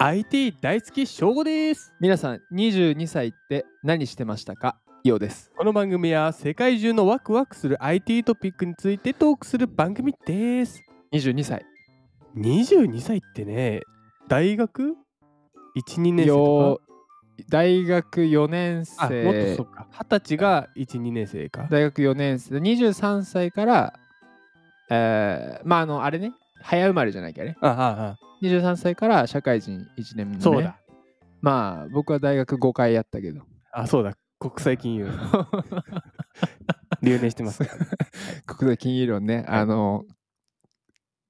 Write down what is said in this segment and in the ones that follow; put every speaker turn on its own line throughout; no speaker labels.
IT 大好き翔吾です
皆さん22歳って何してましたかイオです
この番組は世界中のワクワクする IT トピックについてトークする番組です
22歳
22歳ってね大学 ?12 年生と
よ大学4年
かあもっと
生
そっか二十歳が12年生か
大学4年生23歳からえー、まああのあれね早生まれじゃなきゃね
あああ
23歳から社会人1年目、ね、
そうだ
まあ僕は大学5回やったけど
あそうだ国際金融留年してますから
国際金融論ね、あの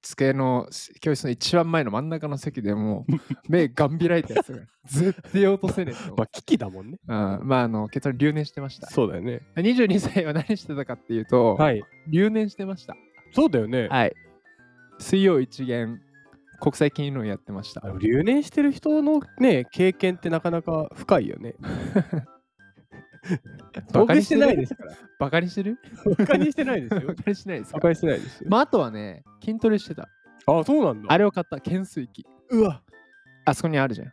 机の教室の一番前の真ん中の席で もう目がん開いたやつが絶対落とせねえと
まあ危機だもんね
あーまああの結論留年してました
そうだよね
22歳は何してたかっていうと、
はい
留年してました
そうだよね
はい水曜一元国際金融論やってました
あの留年してる人のね経験ってなかなか深いよね
バカ
僕
に
し
してて
な
ないい
で
です
から
バカにしてる
バカにしてないですよ
バカにしてないです
バ
か
カにしてないですよ、
まああとはね筋トレしてた
あそうなんだ
あ
れ
れを買った懸垂器
うわ
あそこにあるじゃん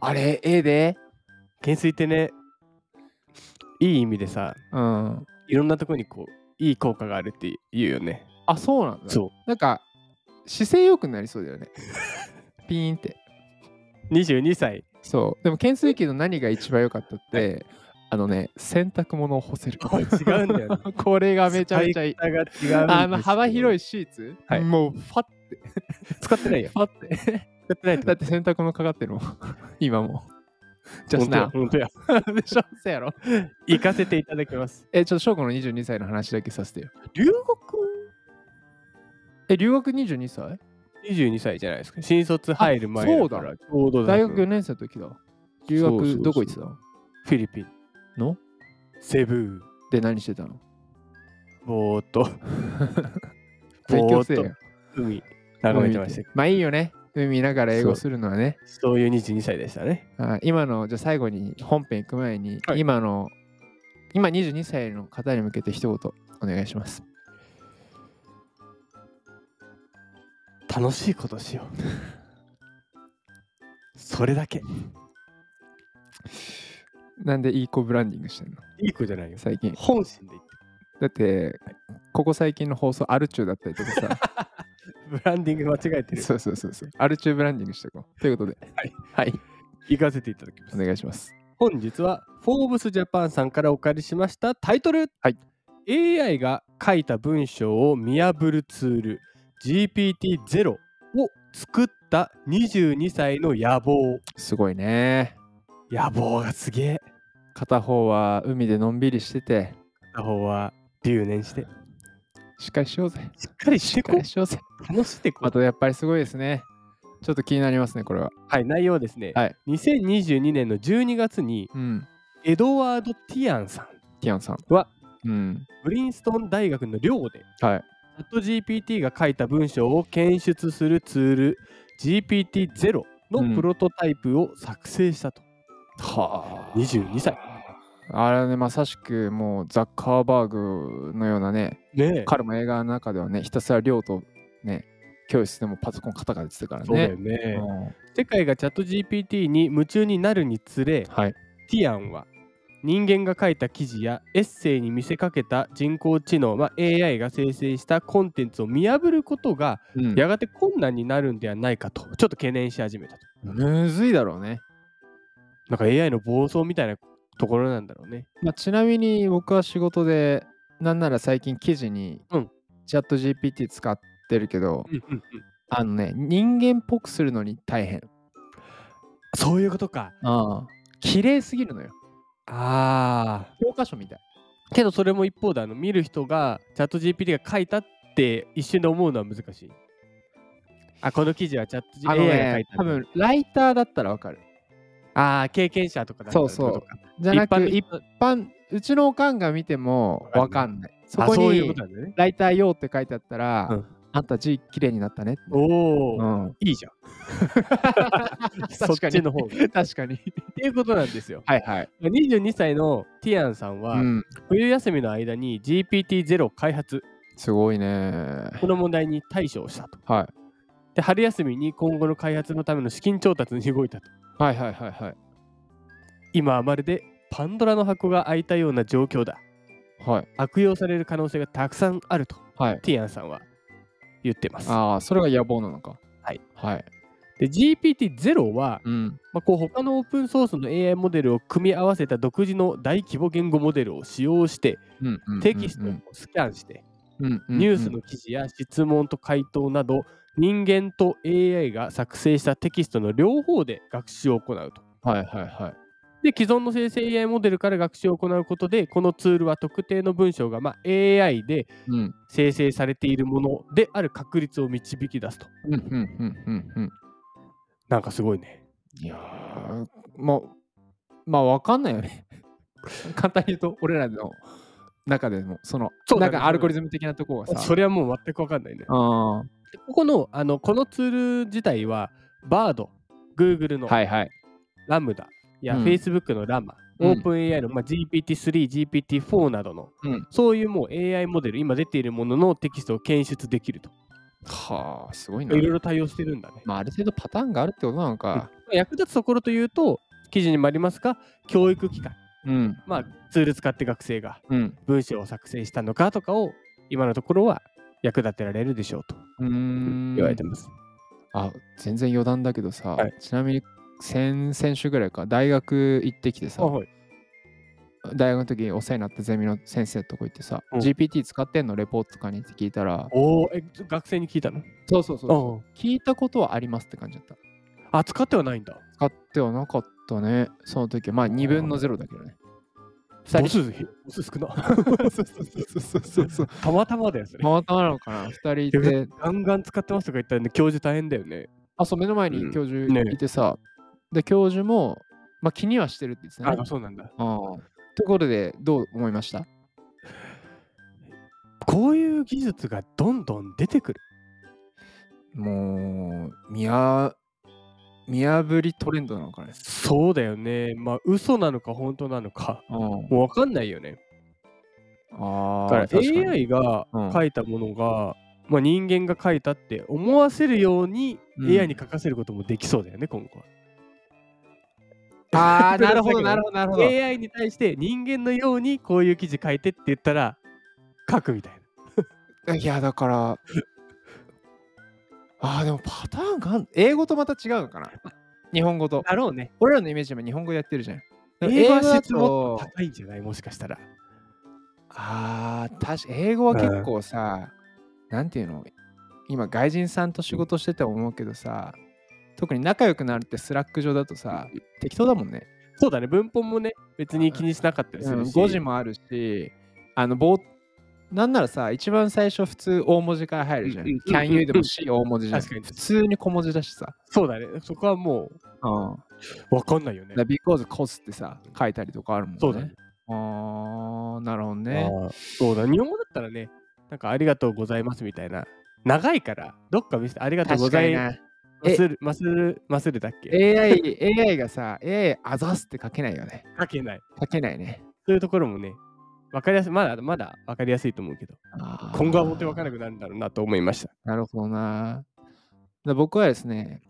あれええで
懸垂ってねいい意味でさ
うん
いろんなとこにこういい効果があるって言うよね
あそうなんだ
そ
なんか姿勢良くなりそうだ よねピーンって
う22歳
そうでも懸垂器の何が一番良かったってあのね洗濯物を干せる
あ違うんだよね
これがめちゃめちゃいい
使い方が違うんですよ
あの幅広いシーツ、
はい
もうファッて
使ってないよ
ファッて
使ってないと
だって洗濯物か かってるもん今もジャスナ
本当や本当や
ー でしょそうやろ
行かせていただきます
えちょっと翔子の22歳の話だけさせてよ
留学
え留学22歳
22歳じゃないですか新卒入る前だからちょうどだ
大
ね
学4年生の時だ留
そうそうそ
学
う
どこ行ってたの
フィリピン
の
セブ
で何してたの
ー ぼーっと
勉強せえ
ぼーっ
よ
と海眺めてました
海見まあいいよね海見ながら英語するのはね
そういう22歳でしたね
あ今のじゃあ最後に本編行く前に、
はい
今の今22歳の方に向けて一言お願いします
楽しいことしよう それだけ
なんでいい子ブランディングしてんの
いい子じゃないよ
最近
本心で言っ
だってここ最近の放送アルチューだったりとかさ
てるブランディング間違えてる
そうそうそうそうアルチューブランディングしていこうということで
はい、
はい、
行かせていただきます
お願いします
本日は「フォーブスジャパン」さんからお借りしましたタイトル、
はい
AI が書いた文章を見破るツール GPT-0 を作った22歳の野望
すごいね
野望がすげえ
片方は海でのんびりしてて
片方は留年して
しっかりしようぜ
しっかりして
しっ
こ
か
う
りしようぜ
楽しんでこう
あとやっぱりすごいですねちょっと気になりますねこれは
はい内容はですね、
はい
2022年の12月に
うん
エドワード・ティアンさん
ティアンさん
は
うん
ブリンストン大学の寮で
はい
チャット GPT が書いた文章を検出するツール GPT-0 のプロトタイプを作成したと。
はあ
22歳。
あれはねまさしくもうザッカーバーグのようなね
ねえ。
彼も映画の中ではねひたすら量とね教室でもパソコン肩が出てたから
そうだよ
ね
ね。
うん
世界がチャット GPT に夢中になるにつれ、
はい
ティアンは人間が書いた記事やエッセイに見せかけた人工知能、まあ、AI が生成したコンテンツを見破ることが
うん
やがて困難になるんではないかとちょっと懸念し始めたと。
むずいだろうね
なんか AI の暴走みたいなところなんだろうね。
まあちなみに僕は仕事でなんなら最近記事に
うん
チャット GPT 使ってるけど
うんうんうん、
あのね人間っぽくするのに大変
そういうことか。
ああ綺麗すぎるのよ
ああ。
教科書みたい
けどそれも一方であの見る人がチャット GPT が書いたって一瞬で思うのは難しい。あこの記事はチャット GPT
あの
が書
ね
いた。
多分ライターだったらわかる
ああ経験者とかだったら
そうそう
ってことか
じゃなく
一
一
般の
般うちのおかんが見てもわかんないそ
あ
こ
そういう
に
ことなんだね。
ライター用って書いてあったら、
うん
あんた字綺麗になったねって、
おお、
うん、
いい じゃん。そっちの方が。っ
確 かに
ていうことなん ですよ。
はいはい、
22歳のティアンさんは、
うん、
冬休みの間に GPT-0 を開発
すごいね
この問題に対処をしたと。
は
で春休みに今後の開発のための資金調達に動いたと
はいはいはいはい。
今はまるでパンドラの箱が開いたような状況だ
はい。
悪用される可能性がたくさんあると
はい。
ティアンさんは言ってます
ああ、それが野望なのか。
はい。
はい。
で GPT-0 は、
うん。
まあ、こう他のオープンソースの AI モデルを組み合わせた独自の大規模言語モデルを使用して
うんうん
テキストをスキャンしてニュースの記事や質問と回答など人間と AI が作成したテキストの両方で学習を行うと。
はいはいはい。
で既存の生成 AI モデルから学習を行うことでこのツールは特定の文章が、まあ、AI で
うん。
生成されているものである確率を導き出すと。
うんうんうんうんうん。
なんかすごいね。
いやー、まあ、まあ、わかんないよね。 簡単に言うと、俺らの中でも、その、
そうだ
なん
ね
かアルゴリズム的なとこがさ、
それはもう全く分かんないね。
あー
ここのあのこのツール自体は BARD、Google の
はいはい。
ラムダや、
うん
Facebook のラマ、
うん
OpenAI の、まあ、GPT-3、GPT-4 などの、
うん
そういうもう AI モデル、今出ているもののテキストを検出できると。
はあ、すごい
い
な
ろい。ろ対応してるんだね。
まあ、ある程度パターンがあるってことなのか。
役立つところというと、記事にもありますが、教育機関、
うん。
まあ、ツール使って学生が
うん。
文章を作成したのかとかを、今のところは役立てられるでしょうと
うーん。
言われてます。
あ、全然余談だけどさ、
はい
ちなみに、先先週ぐらいか、大学行ってきてさ
あ、はい
大学の時にお世話になったゼミの先生のとこ行ってさ、
うん
GPT 使ってんのレポートとかにって聞いたら、
おーえ学生に聞いたの
そうそうそう
あ
聞いたことはありますって感じだった。
ああ、使ってはないんだ。
使ってはなかったね、その時は。まあ、2分の0だけどね。
母
二人
数母数少な。
そうそうそうそうそう。
たまたまだよ、それ。
たまたまなのかな ?2 人で。
ガンガン使ってますとか言ったらね、教授大変だよね。
あ、そう、目の前
うん
に教授
ね
いてさ、で、教授も、まあ、気にはしてるって言ってたね。
そうなんだ。
ああ。ところで、どう思いました
こういう技術がどんどん出てくる。
もう、見や、見破りトレンドなのかね。
そうだよね。まあ、嘘なのか本当なのか、
うん。
もうわかんないよね。
あ
だから
あ、確かに
AI が
うん
書いたものが、まあ、人間が書いたって思わせるように
うん
AI に書かせることもできそうだよね、今後は。
ああ、なるほど、なるほど、なるほど。
AI に対して人間のようにこういう記事書いてって言ったら、書くみたいな。
いやだから あーでもパターンがあん英語とまた違うのかな日本語と
ろうね。
俺らのイメージは日本語でやってるじゃんでも
英語は
だ
質もっ
と
と高いんじゃないもしかしたら。
あー確か英語は結構さ、なんていうの今外人さんと仕事してて思うけどさ特に仲良くなるってスラック上だとさ適当だもんね、
そうだね、文法もね、別に気にしなかったりするし。
5時もあるしあのぼなんならさ一番最初普通大文字から入るじゃん
うんうんうん
can you でも C 大文字じゃん
確かに
普通に小文字だしさ
そうだね、そこはも
うん。
う分かんないよね。
だ because cos ってさ、書いたりとかあるもんね。
そうだね。
あー、なるほどね。
ああそうだ、日本語だったらね、なんかありがとうございますみたいな。長いから、どっか見せてありがとうご
確
ざ
かに
いま
な。
する、まする、まするだっけ
AI、AI がさ、AI あざすって書けないよね。
書けない。
書けないね。
そういうところもね、分かりやすい、まだまだ分かりやすいと思うけど、今後は本当に分から
く
なくなるんだろうなと思いました。
なるほどな。だ僕はですね、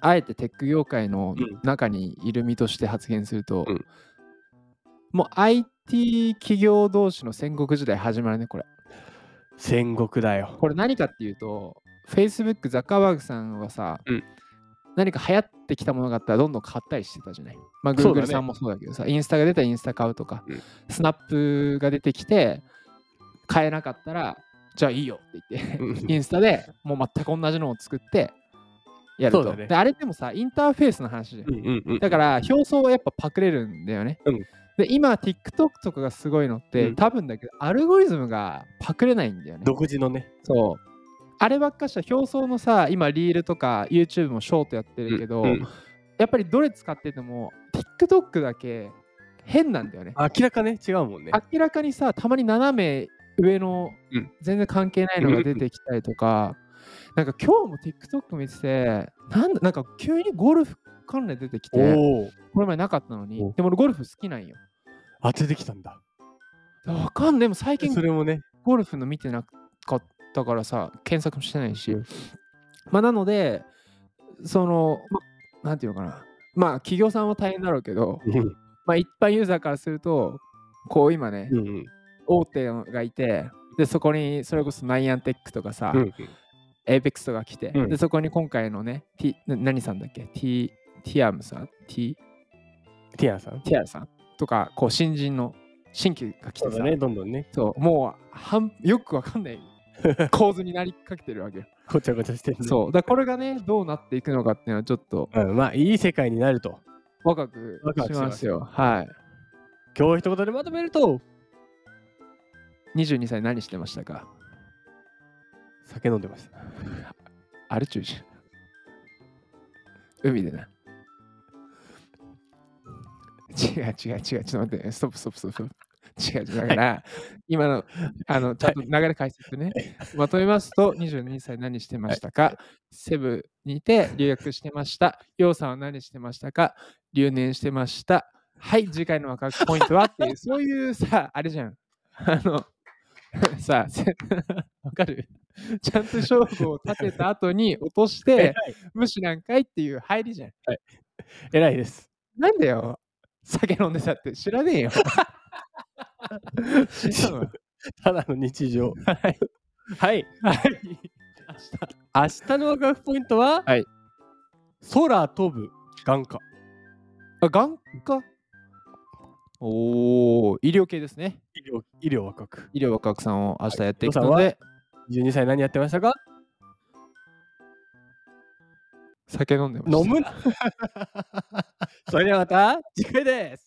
あえてテック業界の
うん
中にいる身として発言すると、
うん
もう IT 企業同士の戦国時代始まるね、これ。
戦国だよ。
これ何かっていうと、Facebook ザッカーバーグさんはさ、
うん
何か流行ってきたものがあったらどんどん買ったりしてたじゃない。まあ、
そうだね
Google さんもそうだけどさ、インスタが出たらインスタ買うとか、
うん
スナップが出てきて、買えなかったら、じゃあいいよって言って、インスタでもう全く同じのを作ってやる
そう
と。
だね
であれでもさ、インターフェースの話じゃん。
うんうんうん
だから表層はやっぱパクれるんだよね。
うん
で今 TikTok とかがすごいのって、
うん
多分だけどアルゴリズムがパクれないんだよね。
独自のね、
そう。あればっかしは表層のさ、今、リールとか YouTube もショートやってるけど、
うんうん
やっぱりどれ使ってても、TikTok だけ変なんだよね。
明らかね、違うもんね。
明らかにさ、たまに斜め上の
うん
全然関係ないのが出てきたりとか、 なんか今日も TikTok 見てて、なんだなんか急にゴルフ関連出てきて、
おお、
これ前なかったの
お
に、でも俺ゴルフ好きなんよ。
当ててきたんだ。
わかんない、でも最近
それもね、
ゴルフの見てなかったからさ、検索もしてないし、まあ、なので、その、まなんていうのかな、まあ、企業さんは大変だろうけど、まあ、一般ユーザーからすると、こう今ね、
うんうん
大手がいて、で、そこにそれこそナイアンテックとかさ、
うん
エイペックスとか来て、
うん
で、そこに今回のね、T、な何さんだっけ ?T、ティアムさん ?T、
ティアさん。
ティアさんとか、こう、新人の、新規が来
そ
て
うだ
さ、
ね、どんどんね、
そう、もう半、よくわか んない構図になりかけてるわけよ。
ごちゃごちゃしてる、ね。
そう。だからこれがね、どうなっていくのかっていうのはちょっと
う。ん、まあ、いい世界になると。
若く
ワクワ
し
クし
ま
ますす
よ。は
今日一言でまとめると、
い。22歳何してましたか
酒飲んでました。
アルチュージュ。海でな。違う違う違う。ちょっと待って。ストップストップストップ。違う違う。だから、今の、あの、ちゃんと流れ解説ね。まとめますと、22歳何してましたか、セブにて留学してました。ヨウさんは何してましたか留年してました。はい、次回のワクワクポイントはっていう、そういうさ、あれじゃん。あの、さ、せ わかるちゃんと勝負を立てた後に落とし
え
て、
らい
無視なんかいっていう入りじゃん。
偉いです。
なんだよ。酒飲んでたって 知らねえよ。知らんわ
ただの日常。はい。はい。
はい。
明日のワクワクポイントは、
はい
空飛ぶ眼科。
あ、眼科おお、医療系ですね。
医療医療ワクワク。
医療は拡散を明日やっていく
お父
の
さん
で、
12歳何やってましたか
酒飲んでまし た
飲むなそれではまた次回です